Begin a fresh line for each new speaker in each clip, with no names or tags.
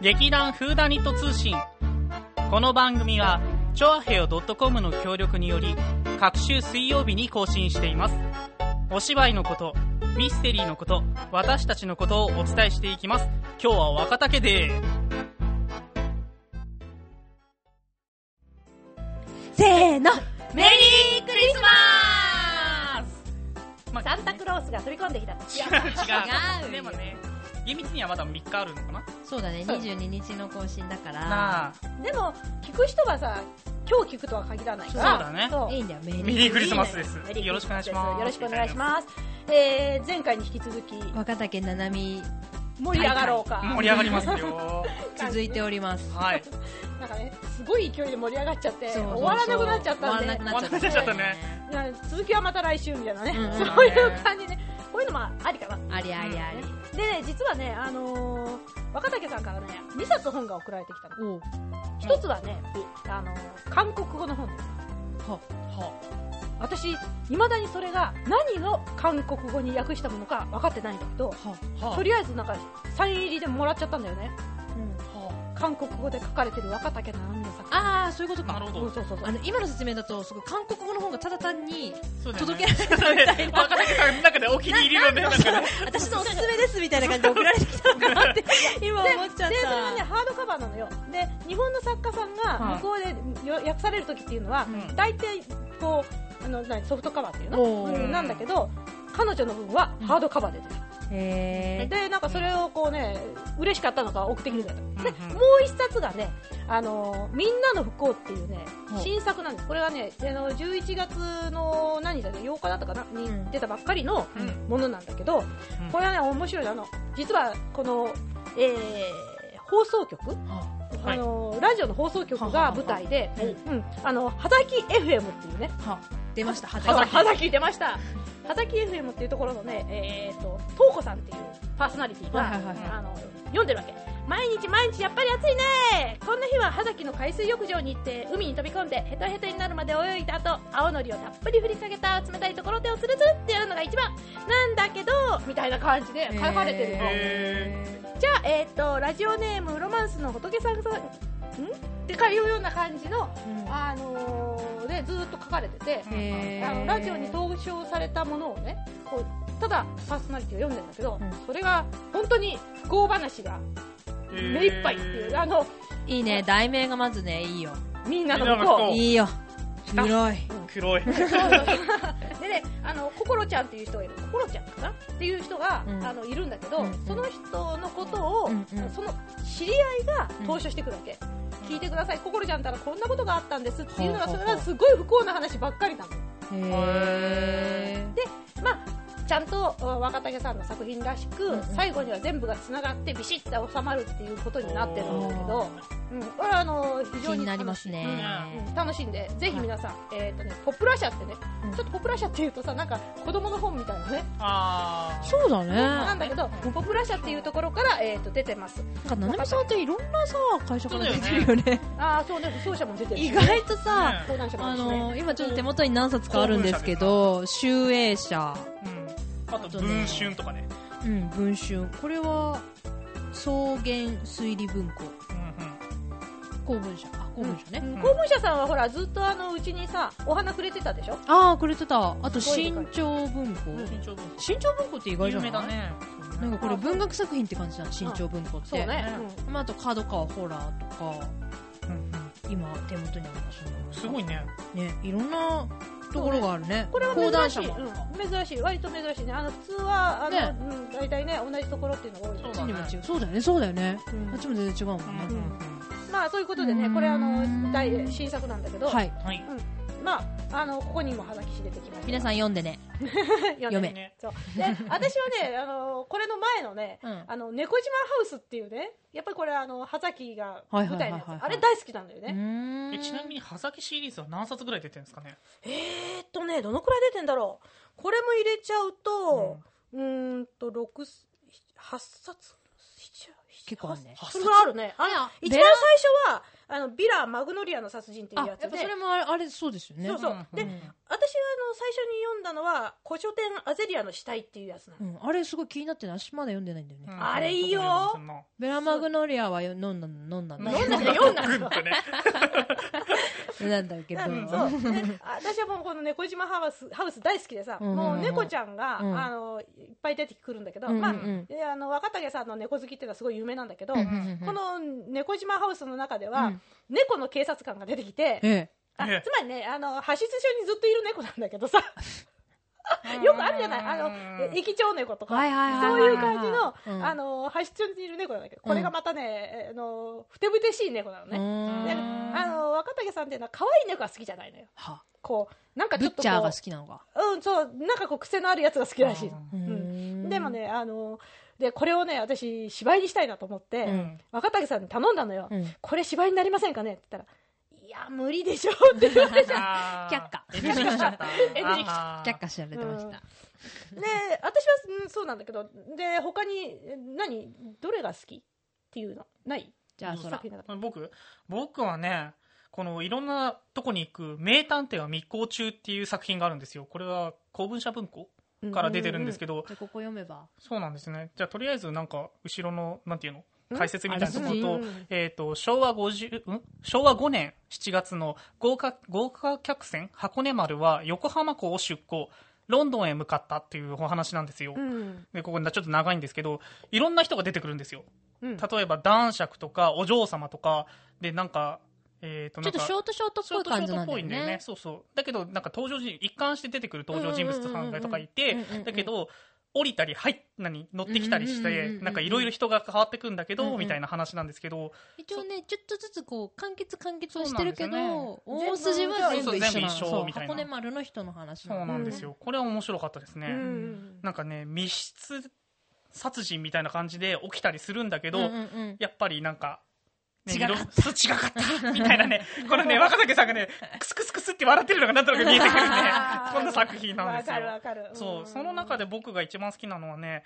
劇団フーダニット通信この番組はチョアヘオ .com の協力により各週水曜日に更新していますお芝居のことミステリーのこと私たちのことをお伝えしていきます今日は若竹で
せーの
メリークリスマス、まあ
サンタクロースが飛び込んできた
違う違
違
う
う
でもね厳密にはまだ3日あるのかな
そうだね、
そう
22日の更新だから。
なあ
でも聞く人はさ今日聞くとは限らないから
そうだね
いいんだよ、メ
メ
リー。
リークリスマスです
メリー
よろしくお願いします
よろしくお願いしますえー、前回に引き続き
若竹ななみ、
盛り上がろうか
盛り上がりますよ
続いております。
はい
なんかねすごい勢いで盛り上がっちゃって
そうそうそう
終わらなくなっちゃっ
終わ
たんで
らなくな
終
っ
わらなくなっち
ち
ゃ
ゃ
っ
ったた
ね。
なんか続きはまた来週みたいなね、
うん
そう
そうだね
いう感じねこういうのもありかな
ありありあり。
でね実はねあのー若竹さんからね2冊本が送られてきたの
おう
一つはね、あのー韓国語の本です
は
は
私いまだにそれが何の韓国語に訳したものか分かってないんだけど
は
は
とりあえずなんかサイン入りでもらっちゃったんだよね、
は
韓国語で書かれてる若竹七海の作品
ああ、そういうこと
なる
か。
ほ
そう
ど
そうそうそう
あの、今の説明だと、すごい韓国語の方がただ単に、
そうだよね
届け られないみたいな。
若竹さんの中でお気に入りのねなんかね
私のおすすめですみたいな感じで送られてきたのかなって、今思っちゃっ
でそれがね
た。
ハードカバーなのよで日本の作家さんが
はい
向こうでよ訳される時っていうのは、
うん
大体こうあの何ソフトカバーっていうの、
お
ー
うんなんだけど彼女の分はハードカバーで出て
へ
る、でなんかそれをこうね嬉しかったのか送ってきてくれたで
うんうん
もう一冊がね、あのーみんなの不幸っていうね、
はい
新作なんです。これはね、あの11月の何だっけ、8日だったかなに
うん
出たばっかりの
うん
ものなんだけど、
ん
これはね、面白いのあの。実は、この、えー放送局、
は
はい
あのーラジオの放送局が舞台で、
はい
うん、あの、はたき FM っていうね、
は出ました、は
は
は
たき出ました。はたき FM っていうところのね、えーと、とうこさんっていうパーソナリティが、
はいはいはい
あの読んでるわけ毎日毎日やっぱり暑いねこんな日は肌着の海水浴場に行って海に飛び込んでヘトヘトになるまで泳いだ後青のりをたっぷり振りかけた冷たいところでをスルスルってやるのが一番なんだけどみたいな感じで書かれてるの、
へ
じゃあえっ、とラジオネームロマンスの仏さんさんんってかいうような感じの、
ーうん
あのーでずーっと書かれてて、
へー
あのラジオに投書されたものをねこうただパーソナリティを読んでるんだけど、
うん
それが本当に不幸話が目いっぱいっていうあの
いいね、題名がまずね、いいよ。
みんなの不幸
お
いいよ。
た
広い。
黒い
でねあの心ちゃんっていう人がいる心ちゃんかなっていう人が、
うん
あのいるんだけど、
うん
その人のことを、
うんうん
その知り合いが投書してくるわけ、聞いてください心ちゃんたらこんなことがあったんですっていうのが
ほう
そ
ほ
れ
うほう
がすごい不幸な話ばっかりなの
へー。
まあ、ちゃんとうん若竹さんの作品らしく、
うんうん
最後には全部がつながってビシッと収まるっていうことになってるんだけ
お
ど、うん、これはあの非常
気
に
になりますね。
楽
楽しい、うん楽しいんでぜひ皆さん、えっ、とねポプラ社ってね、
うん
ちょっとポプラ社っていうとさなんか子供の本みたいなね、
あー
そうだね。
な
なん
だけどポプラ社っていうところから、えー、と出てます
んか、ななみさんっていろんなさ、会社から出てるよね。
ああそうね不走者も出てるし
意外と
ね
さ、
講談社もあ
あ
るしね
の、今ちょっと手元に何冊かあるんですけど、集英社、
うんあと文春とかね
うん、文春。これは、草原推理文庫。
うん
公文社。あ、公文社ね。
うん公文社さんはほらずっとあのうちにさお花くれてたでしょ
あー、くれてた。あと、新潮文庫。
うん新潮文
新潮文庫って意外じ
有
ゃな
名
い
だね
なんかこれ文学作品って感じじゃん、新潮文庫って。
そうね、
うん
うん
まあ、あと角川ホラーとか
うんうん
今手元にありますね
すごいね
ねいろんなところがあるね
これは
講談社
珍しい、
も
うん、珍しい割と珍しいねあの普通はあの、
ね
うん、大体ね同じところっていうのが多い
そう
こっちにも
だね
違うそうだよねそうだよね
うん
あっちも全然違うもんね
うんうんうん
まあそういうことでねこれあ
う
の
ん
大新作なんだけど、
はい
はい
まああのここにも花岸出てきました
皆さん読んでね
読
読め
ね
そうで私はね あのこれの前のね、
うん
あの猫島ハウスっていうねやっぱりこれあの葉崎が
はいはいはいはい
舞台のやつあれ大好きなんだよね、
ね
えちなみに葉崎シリーズは何冊ぐらい出てるんですかね
えーっとねどのくらい出てんだろうこれも入れちゃうとうーんと六す8冊7
結構あるね
それぐらいあるねあ
いや
一番最初はあのビラ・マグノリアの殺人っていう
あ
や
や
つ
っ
で
ぱそれもあれあれそうですよね
そうそう
うん
で、
うん
私はあの最初に読んだのは「古書店アゼリアの死体」っていうやつなの、
うん、あれすごい気になってる足まだ読んでないんだよね、
うん
あれいいよ
ベラマグノリアはよ飲んだの飲んだの
飲んだの読ん だの
グンとね
なんだけど、
うんそうで私はもうこの猫島ハウスハウス大好きでさ、
うんうんうん
もう猫ちゃんが、
うん
あのいっぱい出てくるんだけど、
うんうんうん
まあであの若竹さんの猫好きっていうのはすごい有名なんだけど、
うんうんうん
この猫島ハウスの中では、
うん
猫の警察官が出てきて、
え
あ
ええ
つまりねあの派出所にずっといる猫なんだけどさよくあるじゃないあの駅長猫とか、
はいはいはい
そ
は
う
いはい
いう感じの,、
うん
あの派出所にいる猫なんだけどこれがまたね、あのふてぶてしい猫なの
え
ね、
うん
で
うん
あの若竹さんっていうのは可愛い猫が好きじゃないのよ
は
こうなんかち
ブ
ょっ
ッ
と
チャー
こ
が好きなのか
う、うん、そうなんかこう癖のあるやつが好きらしいの
あ、
う
うん
ん
でもねあのでこれをね私芝居にしたいなと思って、
うん
若竹さんに頼んだのよ、
うん
これ芝居になりませんかねって言ったら「いや無理でしょ」って言われち
あ
ゃ
ー
却下
エッチしちゃった
エッチし
あー
却下しちゃってました、
うで私は、うんそうなんだけどで他にえ何どれが好きっていうのない
じゃあそ
さ
ら
っきなかっ
僕僕はねこのいろんなとこに行く「名探偵は密航中」っていう作品があるんですよこれは公文社文庫
た
から出てるんですけど、
じゃあここ読めば
そうなんですねじゃあとりあえずなんか後ろのなんていうの
うん
解説みたいなところ
う
と
んうん
えー、と昭和50ん昭和5年7月の豪華豪華客船箱根丸は横浜港を出港ロンドンへ向かったっていうお話なんですよ、
うん
でここちょっと長いんですけどいろんな人が出てくるんですよ
うん
例えば男爵とかお嬢様とかでなんかえー、と
ち
な
ょっ
んか
とショートショートっぽい感じなんだよね
そうそうだけどなんか登場人一貫して出てくる登場人物さんとかいて、
うんうんうんうんうんうんうん
だけど降りたりはい何乗ってきたりして、
うんうんうんうんうん
なんかいろいろ人が変わってくんだけど、
うんうん
みたいな話なんですけど、
一応ねちょっとずつこう完結完結をしてるけど、
うなん
大
です
筋
よね
は全部一緒なの
そうそう全部一緒
そう
みたいな
箱根丸の人の話
そうなんですよ、これは面白かったですね、
うん
なんかね密室殺人みたいな感じで起きたりするんだけど、
うんうんうん
やっぱりなんか、ね、
違かった
いろそう違かった みたいなねこのね若竹さんがねクスクスクスって笑ってるのがなんとなく見えて くるねそんな作品なんですよ
わかるわかる
そうその中で僕が一番好きなのはね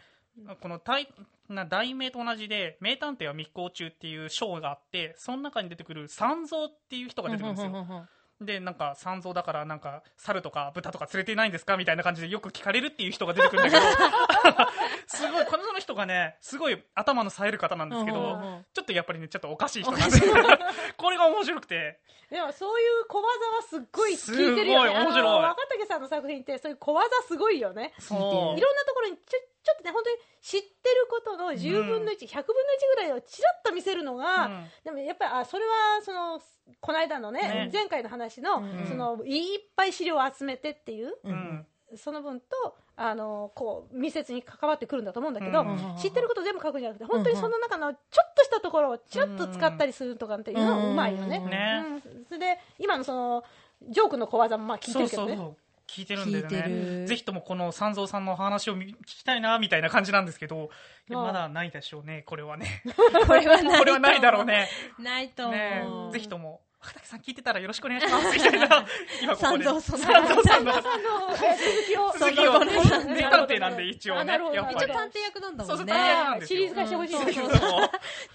この題な題名と同じで「名探偵は密航中」っていう章があってその中に出てくる三蔵っていう人が出てくるんですよ、でなんか三蔵だからなんか猿とか豚とか連れていないんですかみたいな感じでよく聞かれるっていう人が出てくるんだけど すごいこの人がねすごい頭の冴える方なんですけ
うんうん
ど
うん
ちょっとやっぱりねちょっとおかしい人なんで これが面白くて
でもそういう小技はすっごい効いてるよね
すごい面白い
あの若竹さんの作品ってそういう小技すごいよね
そ
いろんなところにちょちょっとね本当に知ってることの10分の1、100分の1ぐらいをちらっと見せるのが、
うん
でもやっぱりあそれはそのこの間のね
ね
前回の話の,、
うん
そのいっぱい資料を集めてっていう
う
うん
ん
その分とあのこう密接に関わってくるんだと思うんだけど、
うんうん
うんうん
知ってること全部書くんじゃなくて本当にその中のちょっとしたところをちらっと使ったりするとかっていうのがうまいよね。
うん
ね
うんそれで今のそのジョークの小技もまあ聞いて
そう
るけ
そ
ど
う
ね。
そう聞いてるんで
聞いて
ね
る
ぜひともこの三蔵さんのお話を見聞きたいなみたいな感じなんですけどいや
ああ
まだないでしょうねこれはね
これは ない
これはないだろうね
ないと思う、
ね
うん
ぜひとも若竹さん聞いてたらよろしくお願いします みたいな今ここで
三蔵さん
三蔵さんの
さんのえ続きを
続きを 名探偵なんで一応
あ
ね
なるほど
やっ
な
ぱ
る
り
ほ
一
ど
応探偵役なんだも
そうそ
ん
う
ね
探偵役なんですよ
シリーズ化してほしい
そうそう
それほど
そう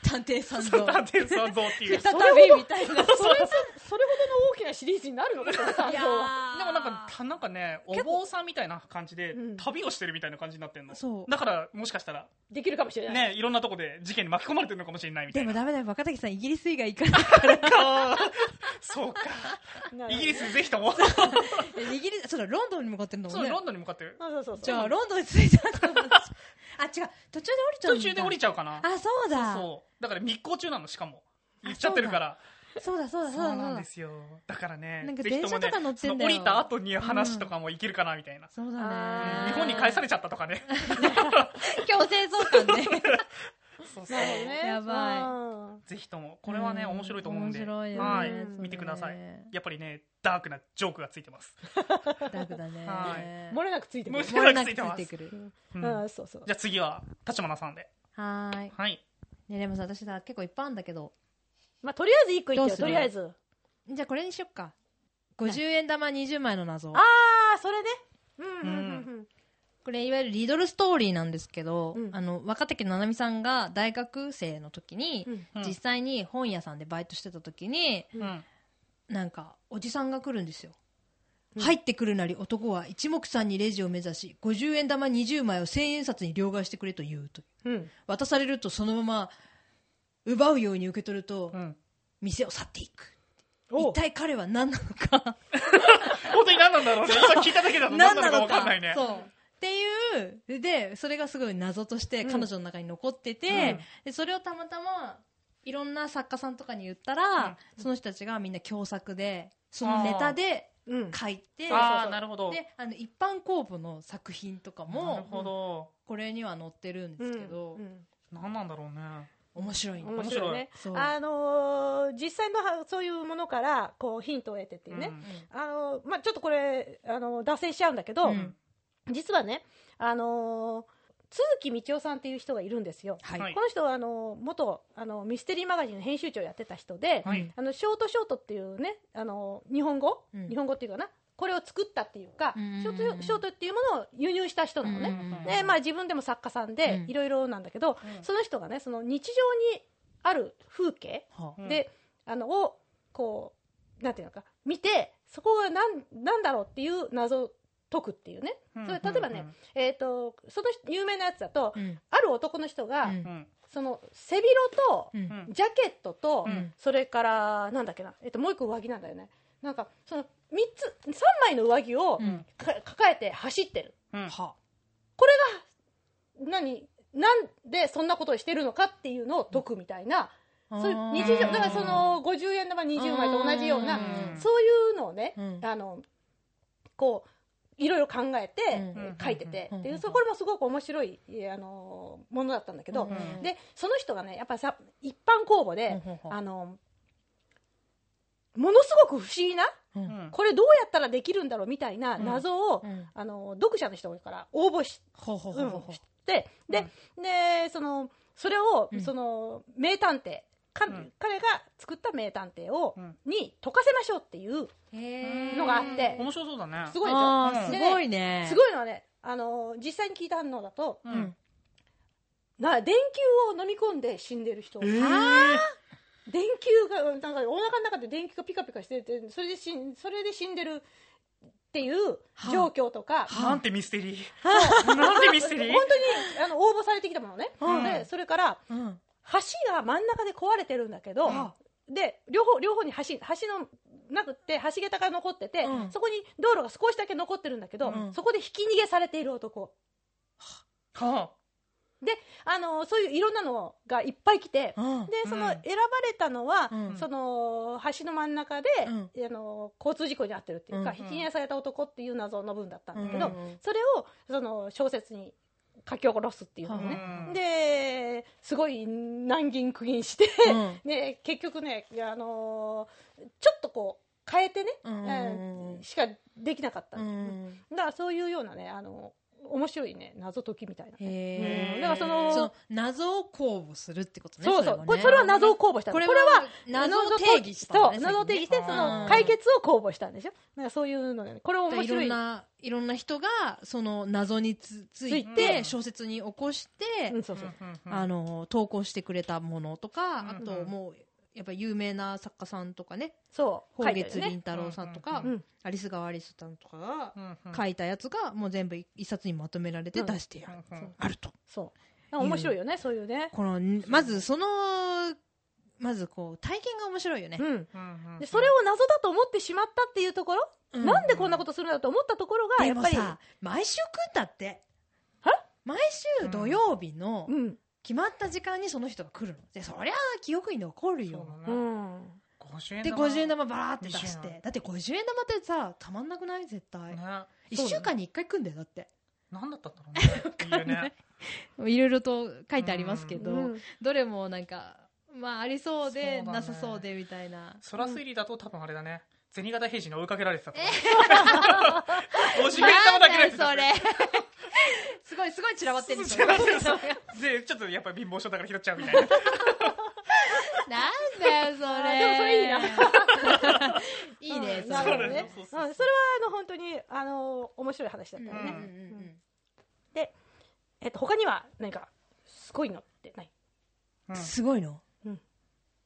探偵さん
そう
と
探偵三蔵っていう
再びみたいな
それとそれほどの大きなシリーズになるのかな三
い
蔵
や
は
ー
でもなんかたなんかねお
結構
坊さんみたいな感じで
うん
旅をしてるみたいな感じになってるの
そう
だからもしかしたら
できるかもしれない、
ねいろんなとこで事件に巻き込まれてるのかもしれないみた
で
い
も
な
ダメだよ若竹さんイギリス以外行かないか
か そうか
なる
イ
ほど
ギリスぜひとも
らイギリスそうだロンドンに向かってるんだも
そ
ん
う
ね
ロンドンに向かってる
そうそうそうそう
じゃあロンドンに着いたと思ってあ違う途中で降りちゃ
途
うんだ
中で降りちゃうかな
あそうだ
そうだから密航中なのしかも言っちゃってるから
そうだそうだ
そ
そうだ
う
そ
な
うんだ
ですよだからね
なんか
ぜひもね
電車とか乗ってんだ
そ
よ
の降りた後に話とかもいけるかなみたいな
そう
あ
だ
ー
ね
日本に返されちゃったとかね
強制送還ね
そうそう
なるほどね
やばい
うん
ぜひともこれはね
うん
面白いと思うんで
面白いよね
はい
それ
見てくださいやっぱりねダークなジョークがついてます
ダークだね
は
漏れなくついてくる
漏
漏れなくついてく
う
る
ん
うん
うんそうそう
じゃあ次は立花さんで
はーい
はい
ねレモンさん私さ結構いっぱいあるんだけど
まあとりあえず一個言ってよと
どうする
りあえず
じゃあこれにしよっか50円玉20枚の謎
ああそれねうんうんうんうん
これいわゆるリドルストーリーなんですけど、
うん
あの若竹ななみさんが大学生の時に、
うん
うん
実際に本屋さんでバイトしてた時に
うんうん
なんかおじさんが来るんですよ、
うん
入ってくるなり男は一目散にレジを目指し50円玉20枚を1000円札に両替してくれと言うという
うん
渡されるとそのまま奪うように受け取ると、
うん
店を去っていく
お
一体彼は何なのか
本当に何なんだろうね今聞いただけだと何なのか分かんないね
そうっていうでそれがすごい謎として彼女の中に残ってて、
うん
でそれをたまたまいろんな作家さんとかに言ったら、その人たちがみんな共作でそのネタで
うん
書いて
ああなるほど
であの一般公募の作品とか
なる
も
ほど
これには載ってるんですけど、
うん
何なんだろうね
面白いの
面白いね
そう
あのー実際のはそういうものからこうヒントを得てっていうね、あのーまあ、ちょっとこれ、あのー脱線しちゃうんだけど、
う
うん
ん
実はね、あのー都築道夫さんっていう人がいるんですよ、
はい、
はい
この人はあのー元あのーミステリーマガジンの編集長やってた人で、
はい
あのショートショートっていうね、あのー日本語、
うん
日本語っていうかな、これを作ったっていうか、
うん
ショートショートっていうものを輸入した人なのね。
うん
でまあ、自分でも作家さんで
うん
いろいろなんだけど、
うん
その人がねその日常にある風景
はあ
うん
で、あのをこうなんていうのか見てそこがなんなんだろうっていう謎を解くっていうね、
うん
それ例えばね、えー、とその人有名なやつだと、
うん
ある男の人が、
うん
うんうん
その背広と
う、ん
うん
ジャケットと、
うん
それからなんだっけな、えっともう一個上着なんだよねなんかその三つ三枚の上着を
うん
か抱えて走ってる
うん
は
何なんでそんなことをしてるのかっていうのを解くみたいな、
あ
そういう日常だからその50円玉20枚と同じような
うん
そういうのをね、
うん
あのこういろいろ考えて
うん
書いてて、
うん
っていううんそこれもすごく面白い、えーあのものだったんだけど、
うん
でその人がねやっぱさ一般公募で、
うん
あのものすごく不思議な
うん
うん
これどうやったらできるんだろうみたいな謎を、
うん
あの読者の人から応募し
ほうほうほ
う
うんほうほう
してで,、でそのそれを、
うん
その名探偵か
うん
彼が作った名探偵を、
うん
に解かせましょうっていう
へー
のがあって
面白そうだね
すごいでしょ
あー
うん
すごいね。
すごいのはねあの実際に聞いた反応だと
う
うんん
な電球を飲み込んで死んでる人、
えー
電球がなんかお腹の中で電球がピカピカしててそれで死んそれで死んでるっていう状況とか、
は
なんてミステリーなんてミステ
本当
リー
にあの応募されてきたものね、
うん
でそれから
うん
橋が真ん中で壊れてるんだけど、
あ
で両方両方に橋橋のなくって橋桁が残ってて、
うん
そこに道路が少しだけ残ってるんだけど、
うん
そこでひき逃げされている男
は
あのそういういろんなのがいっぱい来て、
うん
でその
うん
選ばれたのは、
うん
その橋の真ん中で、
う
あの交通事故に遭ってるっていうか、
うん
ひき逃げされた男っていう謎の文だったんだけど、
うん
それをその小説に書き起ころすっていうの
あ
ね、
うん
ですごい難吟苦吟して、
うん
ね、結局ね、あのーちょっとこう変えてね、
うん
えーしかできなかった、
うん
だからそういうようなね、あの面白いね謎解きみたいな、
へ
う
ー
ん
だからその
その謎を公募するってことね。
そうそう
れはね
これそれは謎を公募したの
これ
これ
は謎を定義したのね。
そう謎を定義して
うん
その解決を公募したんでしょなんかそういうのねこれ
最後
面
ねいろ
白い
んないろんな人がその謎につつい
つい
て
て小説に起こして
うん、そうそう
あの投稿してくれたものとか、
うん
あともうやっぱ有名な作家さんとかね、
そう
宝
書いて
月
るね
倫太郎さんとか、
うんうんうん
アリス川アリスさんとかが書
書い
いたやつがもう全部一冊にまとめられて出してやる、あると
そうなんか面白いよねそういうね
このまずそのまずこう体験が面白いよね、
うんで
で
それを謎だと思ってしまったっていうところ、
うん
なんでこんなことするんだと思ったところが
で
やっ
も
ぱり
さ毎週来んだって
え
毎週土曜日の
うん
決まった時間にその人が来るのでそりゃ記憶に残るよ
うん
で50円玉バラーって
20
出し
円
てだって50円玉ってさたまんなくない絶対、
ね
一1週間に1回来んだよだって
何だったんだろうねっていうね
いろいろと書いてありますけ
う
ど、
ん
どれもなんかまあありそうで
そうだね
なさそうでみたいな
そら推理だと多分あれだね銭形平次に追いかけられてたから50円 玉だけ
なん
で
だよそれ すごいすごい散らばってるんですよ
散らばってる
なんだよ
でちょっとやっぱり貧乏症だから拾っちゃうみたいな
それ
あでもそれいいない
いね
うん
そ
な
そう
れ
るほど
だよ
ね
そううんそう
それ
そう
はあの本当にあの面白い話だったよ
ど
うんうん
ね
うん
で、えっと、他には何かすごいのってない
うん
すごいの、
うん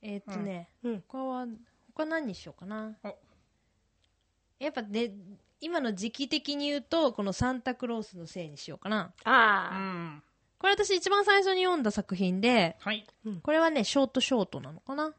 えーっとね、
うん
他は他何にしようかな
お
やっぱで今の時期的に言うとこの「サンタクロースのせい」にしようかな
あ
う
あ、
ん
これ私一番最初に読んだ作品で
はい
これはねショートショートなのかな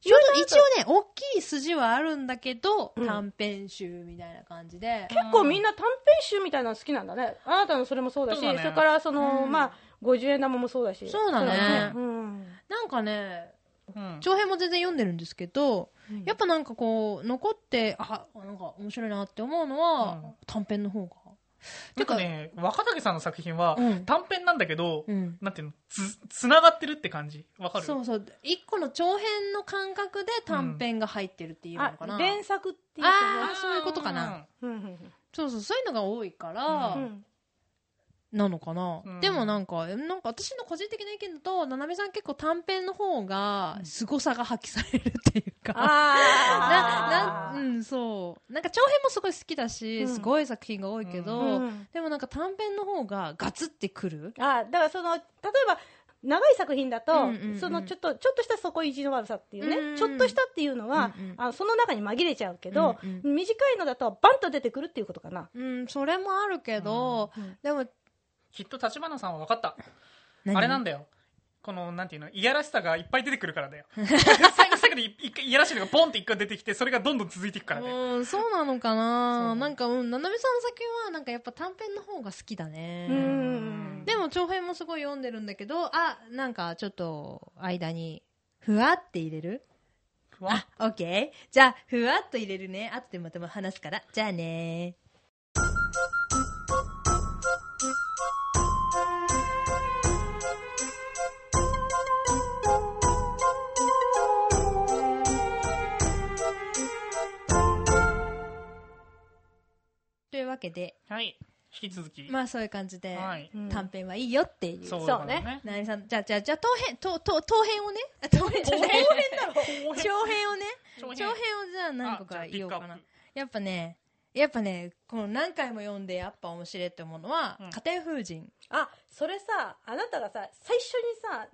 ショート
一応ね大きい筋はあるんだけど、
うん
短編集みたいな感じで
結構みんな短編集みたいなの好きなんだねあなたのそれもそうだし
そ
そう
だね
れからその、
うん
まあ50円玉もそうだし
そうだね
うん
なんかね
うん
長編も全然読んでるんですけど、
うん
やっぱなんかこう残ってあなんか面白いなって思うのは、
うん
短編の方が
てかね若竹さんの作品は
うん
短編なんだけど
うん
なんていうのつつながってるって感じわかる
そうそう一個の長編の感覚で短編が入ってるっていうのかな、
あ連作っていう
あ
か
ーそういうことかな
うんうん
そうそうそういうのが多いから、
うんうん
なのかな、
うん
でもなんかなんか私の個人的な意見だとななみさん結構短編の方が凄さが発揮されるっていうか、な
あ
な
ー
うん、そうなんか長編もすごい好きだし、
うん
すごい作品が多いけど、
うん
でもなんか短編の方がガツってくる
あだからその例えば長い作品だと、
うんうんうん
そのちょっとちょっとした底意地の悪さっていうね、
うんうん
ちょっとしたっていうのは、
うんうん
あのその中に紛れちゃうけど、
うん
短いのだとバンと出てくるっていうことかな、
うん、それもあるけど、
うん
でも
きっと立花さんは分かったあれなん
だ
だよこのなんていうのいやらしさがいっぱい出てくるからだ よ最後最後で一回いやらしいのがボンって一回出てきてそれがどんどん続いていくからね
うん、そうなのかな
そう
なんか、うん、ななみさんの作品は、なんかやっぱ短編の方が好きだ
う
ね。
ん
でも長編もすごい読んでるんだけど、あ、なんかちょっと、間に、ふわって入れる
ふわ
オッケー。じゃあ、ふわっと入れるね。後でまた話すから。じゃあねというわけで、
はい引き続き
まあそういう感じで、
はい
うん
短編はいいよっていう。
そう
そうね
だね
なみさん、じゃあ、じゃあ、じゃあ、当編、当、当、当編をね、あ当編じゃない。 長編をね、
長
長
編
編をじゃあ何個
あ
か
じゃあピ
言お
ッ
う
クアップ
かな。やっぱね、やっぱね、この何回も読んでやっぱ面白いってものは、
うん
家庭風神。
あそれさあなたがさ最初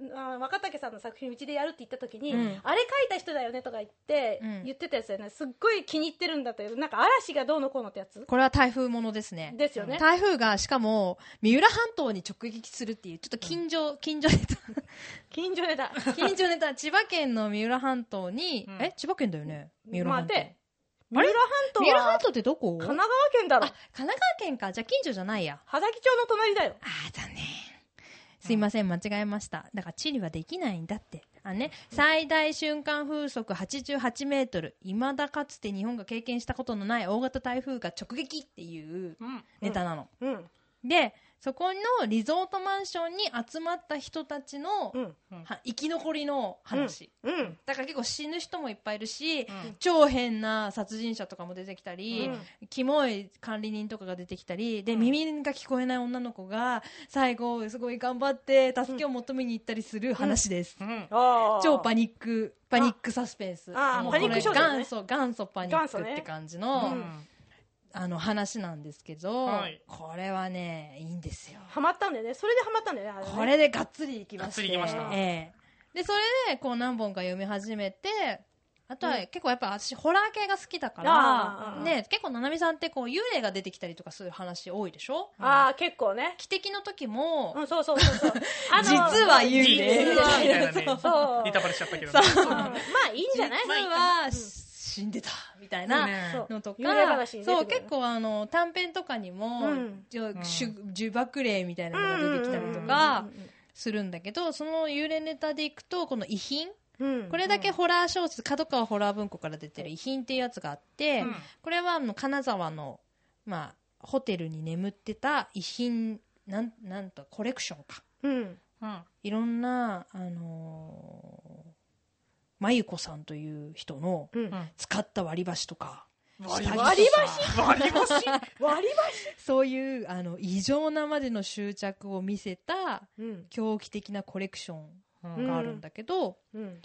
にさあ若竹さんの作品うちでやるって言った時に、
うん
あれ書いた人だよねとか言って、
うん
言ってたやつだよねすっごい気に入ってるんだけどなんか嵐がどうのこうのってやつ
これは台風ものですね。
ですよね
台風が、しかも、三浦半島に直撃するっていう、ちょっと近所、近所ネ
近所ネタ
タ。近所ネタ、千葉県の三浦半島に、
うん
え、千葉県だよね 三浦半
待
島。
て
あ
三
れ
浦半
三
島
浦
は
半島ってどこ
神
神
奈川県だろ
奈川県か。じゃあ近所じゃないや。
羽崎町の隣だよ
ああ、残念。すいません、間違えました。だから地理はできないんだって。あのね、最大瞬間風速88メートル。未だかつて日本が経験したことのない大型台風が直撃っていう
うん
ネタなの。
うん
で、そこのリゾートマンションに集まった人たちの、
うん
は生き残りの話。
うん
だから結構死ぬ人もいっぱいいるし、
うん
超変な殺人者とかも出てきたり、
うん
キモい管理人とかが出てきたりで、
うん
耳が聞こえない女の子が最後すごい頑張って助けを求めに行ったりする話です、
うん
あー
超パニックパニックサスペンス
あー
もう
パニック
こ
少
れ
女
ね
元祖元祖パニックって感じの,、
元祖
う
ね
ん
あの話なんですけど、
はい
これはねいいんですよ
ハマったんだよねそれでハマったんだよねあれね
これでがっつりいきまし
がっつ
て
りいきました
ええでそれでこう何本か読み始めてあとは結構やっぱ私ホラー系が好きだか
あ
ら
ー、
ね、結構ななみさんってこう幽霊が出てきたりとかする話多いでしょ
ああ結構ね
奇跡の時も、
うんそうそ うそうそうあの
実は幽
実
霊
はみたい なね
そう
ネタバレしちゃったけど
そ
うんまあいいんじゃない
実は死んでたみたいな
ね
のとか
幽霊話に出てくる
そう
よ
結
ね
構あの短編とかにも、
うん
じゅ
ん
しゅ呪縛霊みたいなのが出てきたりと
う
か
んうんうんうん
するんだけどその幽霊ネタでいくとこの遺品
うん
これだけホラー小説角川ホラー文庫から出てる遺品っていうやつがあって、
うん
これはあの金沢の、まあ、ホテルに眠ってた遺品なんなんとコレクションか
うん
うん
いろんな、あのーまゆこさんという人の
うん
うん
使った割り箸とか
割り
下着とか
箸割り箸
割り
そういうあの異常なまでの執着を見せた
箸うん
狂気的なコレクショ
う
ン
ん
があるんだけど、
うん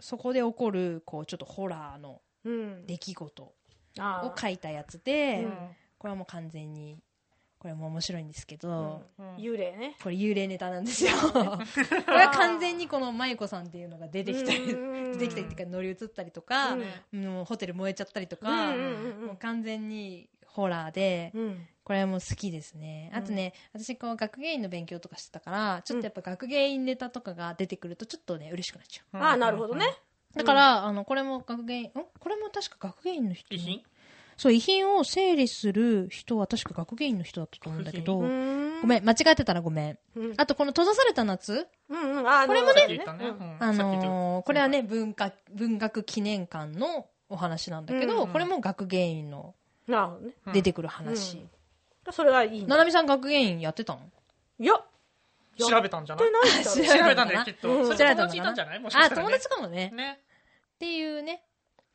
そこで起こるこうちょっとホラーの
うん
出来事
あ
を
ー
書いたやつで。
うん
これはもう完全にこれも面白いんですけど、
うん
幽霊ね
これ幽霊ネタなん ですよこれは完全にこのまゆこさんっていうのが出てきたり出て
出
きたりっていうか乗り移ったりとか、もうホテル燃えちゃったりとか、もう完全にホラーで、これはもう好きですね。あとね、私こう学芸員の勉強とかしてたから、ちょっとやっぱ学芸員ネタとかが出てくるとちょっとね、嬉しくなっちゃ
ああなるほどね
う。だから、あの、これも学芸員、んこれも確か学芸員の人。
遺品
そう、遺品を整理する人は確か学芸員の人だったと思うんだけど、
ご
ごめん、間違えてたらごめん。あとこの閉ざされた夏、
うんうんあ
これ
さ
も
っき言ったね。
うん
うん
あ
さっき言
の
った
ーこれはね、文化、文学記念館のお話なんだけ
うん
ど、
うん
これも学芸員の
なるほどね
出てくる話。
うんそれはいいね
ななみさん学芸員やってたの
いや
調べたんじゃ
やっ
ない
てないんだ
知
ろ
ら
調べたんだよ、きっ
う
と。
ん
それ友達いたんじゃないもしか
あ、
したら
友
ね
達かもね。
ね。
っていうね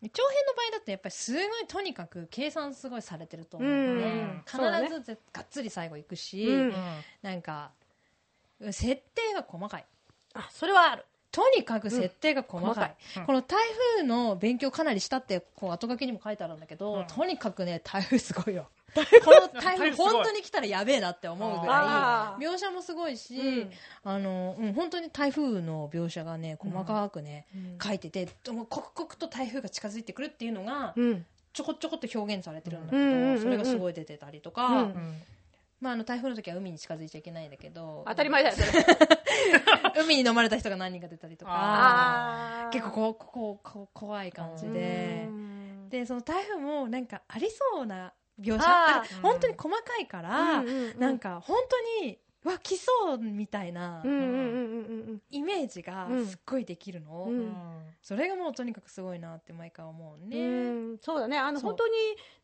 長編の場合だとやっぱりすごいとにかく計算すごいされてると思うので、
うん
必ずぜがっつり最後いくし、
うん
なんか設定が細かい
あそれはある
とにかく設定が細かい,、
うん細か
う
い
ん
この台風の勉強かなりしたってこう後書きにも書いてあるんだけど、
うん
とにかくね台風すごいよこ の
台
台
風
風
すごい
本当に来たらやべえなって思うぐら
あ
い描写もすごいし、
うん
あのうん、本当に台風の描写がね細かくね、書いてて、もう刻々と台風が近づいてくるっていうのが
うん
ちょこちょこっと表現されてるんだ
うんうん
け
うんうん
ど、それがすごい出てたりとか、
うん
うん
まああの台風の時は海に近づいちゃいけないんだけど、
当たり前だよそれ
海に飲まれた人が何人か出たりとか、
あー
結構こうこここ怖い感じ
う
で
う、ん
でその台風もなんかありそうな描写、だ
あ
か
ー
ら本当に細かいから、
うんうんうん
なんか本当にうわ来そうみたいな
うんうんうんうんうん
イメージがすっごいできるの、
うんうん
それがもうとにかくすごいなって毎回思う
う
ね。
んそうだねあの
そう
本当に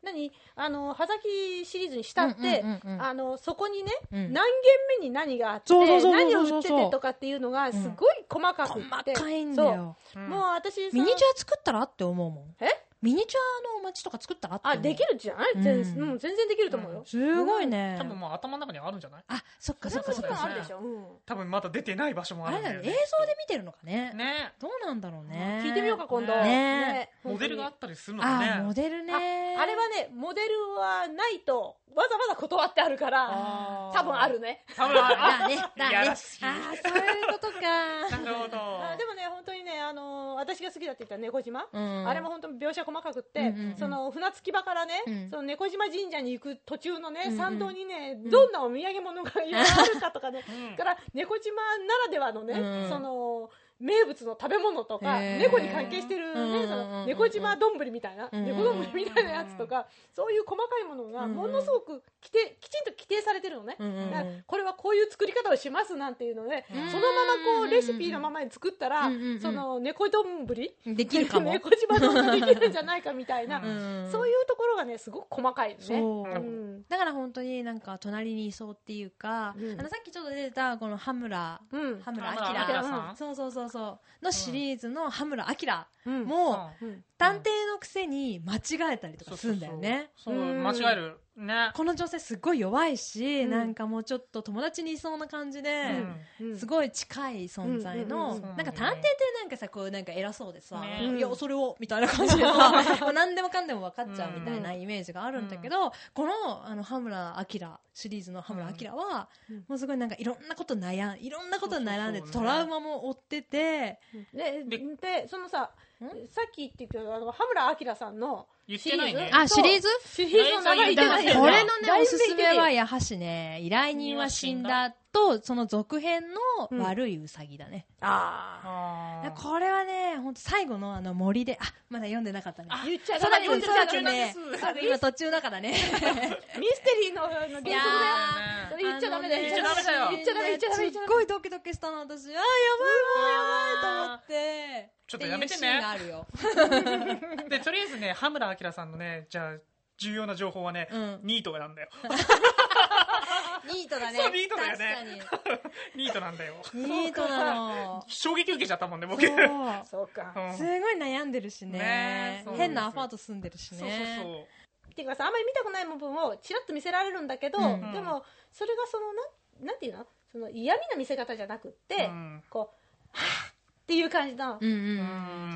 何あの葉崎シリーズにしたって
うんうんうんうん
あのそこにね
うん
何件目に何があって
そうそうそうそう
何を売っててとかっていうのがすごい細かくって、
細かいんだよ
そうもう私さ
ミニチュア作ったらって思うもん
え
ミニチュアの街とか作ったらって思
あ
う
できるじゃない全,、
う
うんん、全然できると思うよ、
すごいね
多分もう頭の中にあるんじゃない
あそっか
そ
そっかそっ
れもちろん
か
あるでしょ、うん
多分また出てない場所も
あ
ある
れ
んだよ
だね映
ね。
像で見てるのかね
ね。
どうなんだろうね
聞いてみようか今度
ね
ね
モデルがあ
本
ったりするのかね。
あモデルね
当にああれ はねモデルはないとわざわざ断ってあるから
あー
多分あ。るね
多分あ
だ
る。
ねだ
い
ね
や
あ
ら
あ
しい
そういうことか
なるほど。
あでもね本当にねあのー私が好きだって言った猫島、
うん
あれも本当に描写細かくって、
うんうんうん
その船着き場からね、
うん
その猫島神社に行く途中のね、
うんうん
参道にね、
ん
どんなお土産物がいろいろあるか とかね、
うん
から猫島ならではのね、
うん
その名物の食べ物とか、
へー
猫に関係してるね、
うんうんうんうん
その猫島丼みたいな、
うんうん
猫丼みたいなやつとか、そういう細かいものが
うん
ものすごくきてきちんと規定されてるのね。
うんうんうん
だからこれはこういう作り方をしますなんていうので、
うん
そのままこうレシピのままに作ったら、
うんうんうん
その猫丼ぶり
できるかも
猫島丼できるんじゃないかみたいな、
うん
そういうところがねすごく細かいよね。
そう
う
うん
だから本当になんか隣にいそうっていうか、
うん
あのさっきちょっと出てたこの羽村
うん
羽村
羽
村
明
明
さん
そうそうそうそうのシリーズの羽村
うん
明も、
うん
探偵のくせに間違えたりとかするんだよね。
そうそうそう間違える。ね。
この女性すごい弱いし、
うん
なんかもうちょっと友達にいそうな感じで、
うん
すごい近い存在の、
うんうん
うんうん
なんか探偵ってなんかさこうなんか偉そうでさ、
ね
いやそれをみたいな感 じでさもう何でもかんでも分かっちゃうみたいなイメージがあるんだけど、このあの羽村明シリーズの羽村明は、
うん
もうすごいなんかいろんなこと悩んいろんなこと悩んでて
そうそうそうね
トラウマも負ってて、
で
で
でそのさ
ん
さっき言ってたけどあの羽村明さんの
言ってないね。
あ
シリーズ
シリーズの名前言ってないよね
これのね
だいぶ
おすすめは
言って
やはしね依頼人は死んだとその続編の悪いウサギだね、
あ
あー
これはね本当最後のあの森であまだ読んでなかったね
あ言っちゃ
そうだね
言っちゃ
そうだね
そうだね
あ今途中だからね
ミステリーのあの原則だよ
やー
それ言っちゃダメだよ
言っちゃダメだよ
あのね
言っちゃダメ言っちゃダメ言っち
すっ
ゃダメ
ごいドキドキしたの私あーやばいもうやばいと思って
ちょっとやめてね
っていうシーンがあるよ
でとりあえずね羽村明さんのねじゃあ重要な情報はね、
うん
ニートなんだよ
ニートだね
そうニートだよね
確か
ニートなんだよ
にニートなの
衝撃受けちゃったもんね僕
そう
うん
そうか
すごい悩んでるし
ね
ね
そう
変なアパート住んでるしね
そうそうそう
っていうかさあんまり見たくない部分をちらっと見せられるんだけど、
うん
でもそれがそのなんなんていうのその嫌味な見せ方じゃなくって、
うん
こうはぁっていう感じの、
うんうん
う
う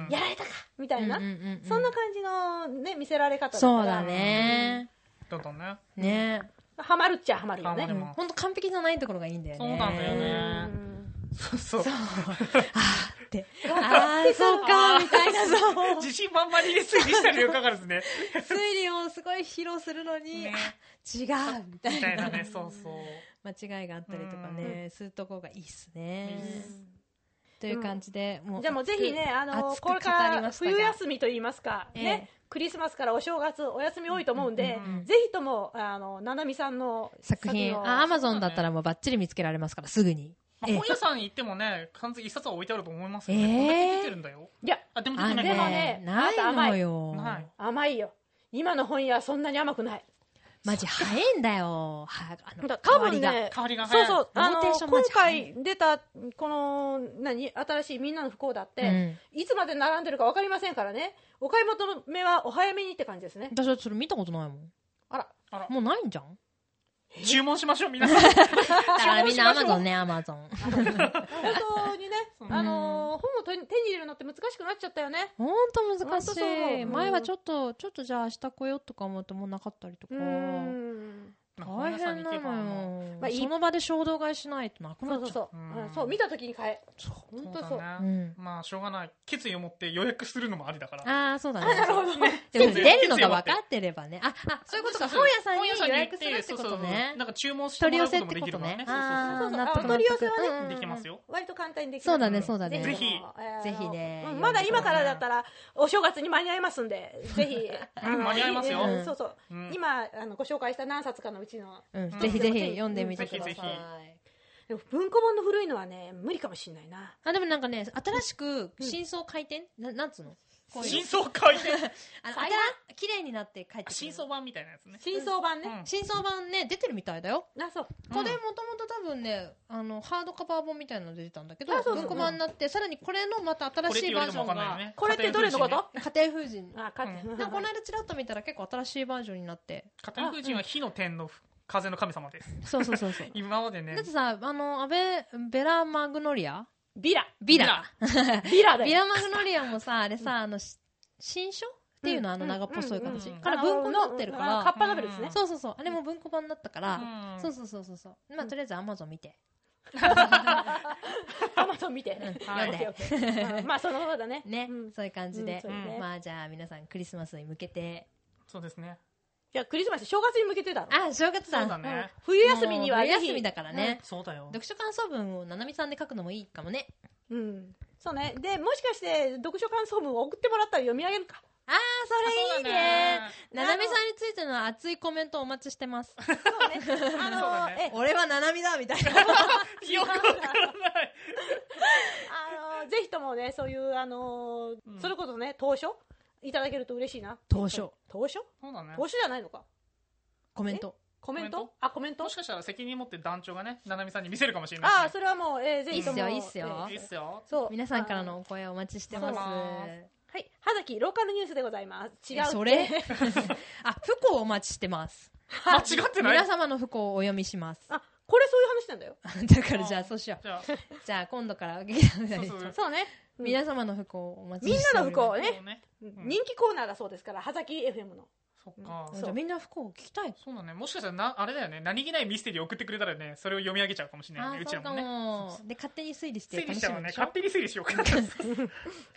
んん
やられたかみたいな、
うんうんうんうん
そんな感じのね見せられ方だから
そうだね
どんどんね
ね
はまるっちゃはまるよね
ハマる
うんほんと完璧じゃないところがいいんだよね
そうなんだよね
うん
そうそう
そうあーってあーそうかみたいなそう
自信満々に推理したにもかかわらずね
推理をすごい披露するのに、
ね
あ違うみた
みた
い
い
な
なねそうそう
間違いがあったりとかね、するとこがいいっすね
いいっ
う
す
ん
という感じで、もう
じゃあもうぜひね、あの
熱く
これか
語り
ら
ましたが
冬休みといいますか、
ええ
ね、クリスマスからお正月、お休み多いと思うんで、
うんうんうん
ぜひとも、あの、ななみさんの
作品
を
アマゾンだったらもうバッチリ見つけられますからすぐに、
まあ
ええ
本屋さんに行ってもね完全に一冊は置いてあると思いますけど
え
ねこ
ー
んだけ出てるんだよ
いや、
あでも出
あ
てない
でも
か
ね
ないのよ
ない
甘いよ。今の本屋はそんなに甘くない。
マジ早いんだよはあの
だから
変
多
わり
分
が
ね、
変わりが
そ
早
う
い
そう、あの、
ローテーション
今
マジ早い
回出た、この、何、新しいみんなの不幸だって、
うん
いつまで並んでるかわかりませんからね、お買い求めはお早めにって感じですね。
私はそれ見たことないもん
あら、
あら
もうないんじゃん
注文しましょう皆さ ん
だからみんな
注文しま
ア
しょ
マ
う
ゾンねアマゾン
本 当にね、
うん
あのー本を手に手に入れるのって難しくなっちゃったよね。
ほんと難し
ほんとそう
い
うん
前はちょっとちょっとじゃあ明日来ようとか思ってもうなかったりとか
うーん。
まあ本
大
屋さんに行け
変な
ばもう
のよ、
まあいい
その場で衝動買いしないとなく
そ
な
う
っ
そう
ちゃう
そう。
うん
うんそう、見た時に買え。
そう
本当
そ
そうう。
だ
う
ね
ん、
まあしょうがない決意を持って予約するのもありだから
ああそうだね
あ、なるほど。
でも
決意
出るのが分かってればね。あ、あ、そういうことか。
そうそう
本屋さんに
本屋さん
予
に行
約するってことね
そうそう。なんか注文して
取
も
り
ら
寄
うことも
せって
で
こ
きる
と
から
ね
ね。。
あ
そう
あ、
そう
う
なった
あお取り寄せはね
そうできます
よ。
よ
割と簡単にできる。
そうだねそうだね
ぜひ
ぜひね
うんまだ今からだったら、お正月に間に合います んで、ぜひ。あの
間に合いますよ
うんそうそう
うん。
今、あの、ご紹介した何冊かのうちの。
うん、
うん
ぜひぜひ読んでみて
ぜ
く
ひ
だ
ぜ
さ
ひ
い。
でも文庫本の古いのはね、無理かもしれないな。
あ、でもなんかね、新しく真相回転、ななんつうのこうい
真
う。
相回 転
あの、あた綺麗になって帰ってくる。
真相版みたいなやつね
新装版ね。
真相版ね、出てるみたいだよ。
な、そう。
これもともと多分ね、あの、ハードカバー本みたいなの出てたんだけど
あ、そうそう
文庫版になって、さらにこれのまた新しいバージョンが、
これってどれのこと
家庭風神。
あ、かって。
う
でもこの間ちらっと見たら結構新しいバージョンになって。
家庭風神は火の天の風の神様です
そうそうそうそう。
今までね
だってさ、あの、安倍、ベラ・マグノリア
ビラ。
ビラ。
ビラだ
ビ
よ。
ラ・マグノリアもさ、あれさ、あの、し新書っていうの、あの長っぽそいう形。
うんうん
から文庫になってるか
あカ
ら
ッ。パラベルですね。
そうそうそう。あれも文庫版だったから。
うん
そうそうそうそうそう。まあ、とりあえずアマゾン見て。
アマゾン見て。
はい
オッケーオッケーうんまあ、その方だね。
ね
うん。
そういう感じ
うん
で
そうね。
まあ、じゃあ皆さんクリスマスに向けて。
そうですね
いや、クリスマス、正月に向けてだろ。
あ、正月
そ
だ。
うだね
冬休みには
も
ぜ
う
ひ
冬休みだからね。
そうだよ
読書感想文をななみさんで書くのもいいかもね。
うんそうねでもしかして読書感想文を送ってもらったら読み上げるか
あー、それいいね。ななみさん
あ
についての熱いコメントお待ちしてます。
のそうねあ
そうだ
の
ね
え
俺はななみだみたいな。
よくわからない
あのぜひともねそういうあの
うん
それこそね投書いただけると嬉しいな
当初、
投書
そうだね
投書じゃないのか
コメント。
コメ
コ
ン
メン
ト
ト
あコメント
もしかしたら責任持って団長がねななみさんに見せるかもしれないし
あそれはもうえーぜひとも
いいっすよいいっ
い
す
いっすよ
そう
皆さんからのお声をお待ちしてま
そ
す
うだ。
あはい葉崎ローカルニュースでございます違う
え
って
それ あ、不幸をお待ちしてます。
間違ってない
皆様の不幸をお読みします。
あ これそういう話なんだよ
だからじゃあそうしよ
じゃあ
う。じゃあ今度から、
そうそう
そうねみんな
皆様の不幸をお待ち
みん
して
な
お
の
り
不
ます
幸ね
そうねん
人気コーナーだそうですから葉崎 FM の
そっか
幸
あじゃあみんな不幸を聞きたい。
そうだね。もしかしたらな、あれだよね。何気ないミステリー送ってくれたらね、それを読み上げちゃうかもしれない
あ
ね。う
ー、
ちら
そうか
もね。
も。で、勝手に推理して
推
楽
理し
したむ
ら
ん
ね
で、しょ
勝手に推理しようかな。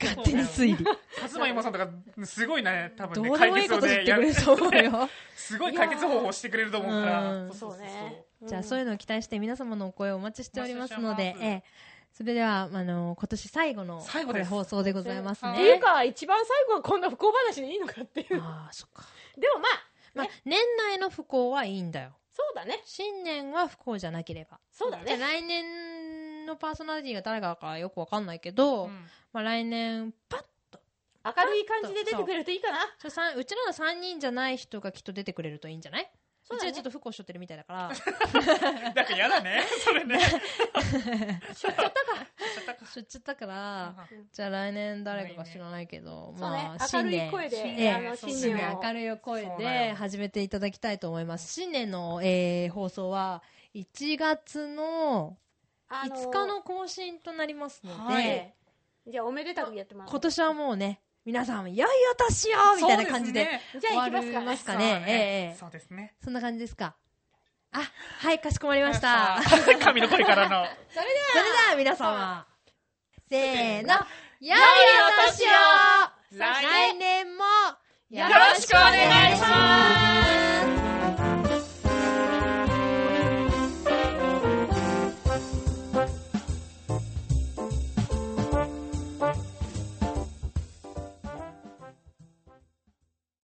勝手に推理。
勝間今さんとか、すごいね、多
ど
分
うで
ね、
もいいこと言ってくれると思う
ね
よ。
すごい解決方法をしてくれると思うか
いや
ら
ー。
そうね
じゃあそういうのを期待して皆様のお声をお待ちしておりますの
お
で
待ちし、てお
え
りま
え、それでは、あの、今年最後の
最後
こ
で
れ
す
放送でございます
ね
ってい
ね
う。か一番最後はこんな不幸話でいいのかっていうでも
ああ、そっか。
まあ
まあ、年内の不幸はいいんだよ。
そうだね
新年は不幸じゃなければ。
そうだ
じゃあ
ね
来年のパーソナリティが誰かかよくわかんないけど、
うん
まあ来年、パッと。
明るい感じで出てくれるといいかな
ちょさんうちらの3人じゃない人がきっと出てくれるといいんじゃないう
そう
うち
だね
らちょっと不幸しとってるみたいだ から、
なんか嫌だね。 それね。
しょっちゃったか
しょっちゃったから、じゃあ来年誰かか知らないけど、
そうね
まあ、新
明るい
年。
声
新
で
年
あの
そう
新
ね
新
年
年
を
明るい声
そうだ
で
よ
始めていただきたいと思います。新年の、えー放送は1月の
あ
5日の更新となりますので、
はい
じゃあおめでたくやってます
今年はもうね、皆さん、良いお年をみたいな感じで
そうすね
じゃあ行きます
終わりま
か
すかね。ええええ
そうですね。
そんな感じですか。あ、はい、かしこまりました。それ
あ神の声からの。
それ
では皆様、せーの、良いお年を
そして
来年も
では
よろしくお願いします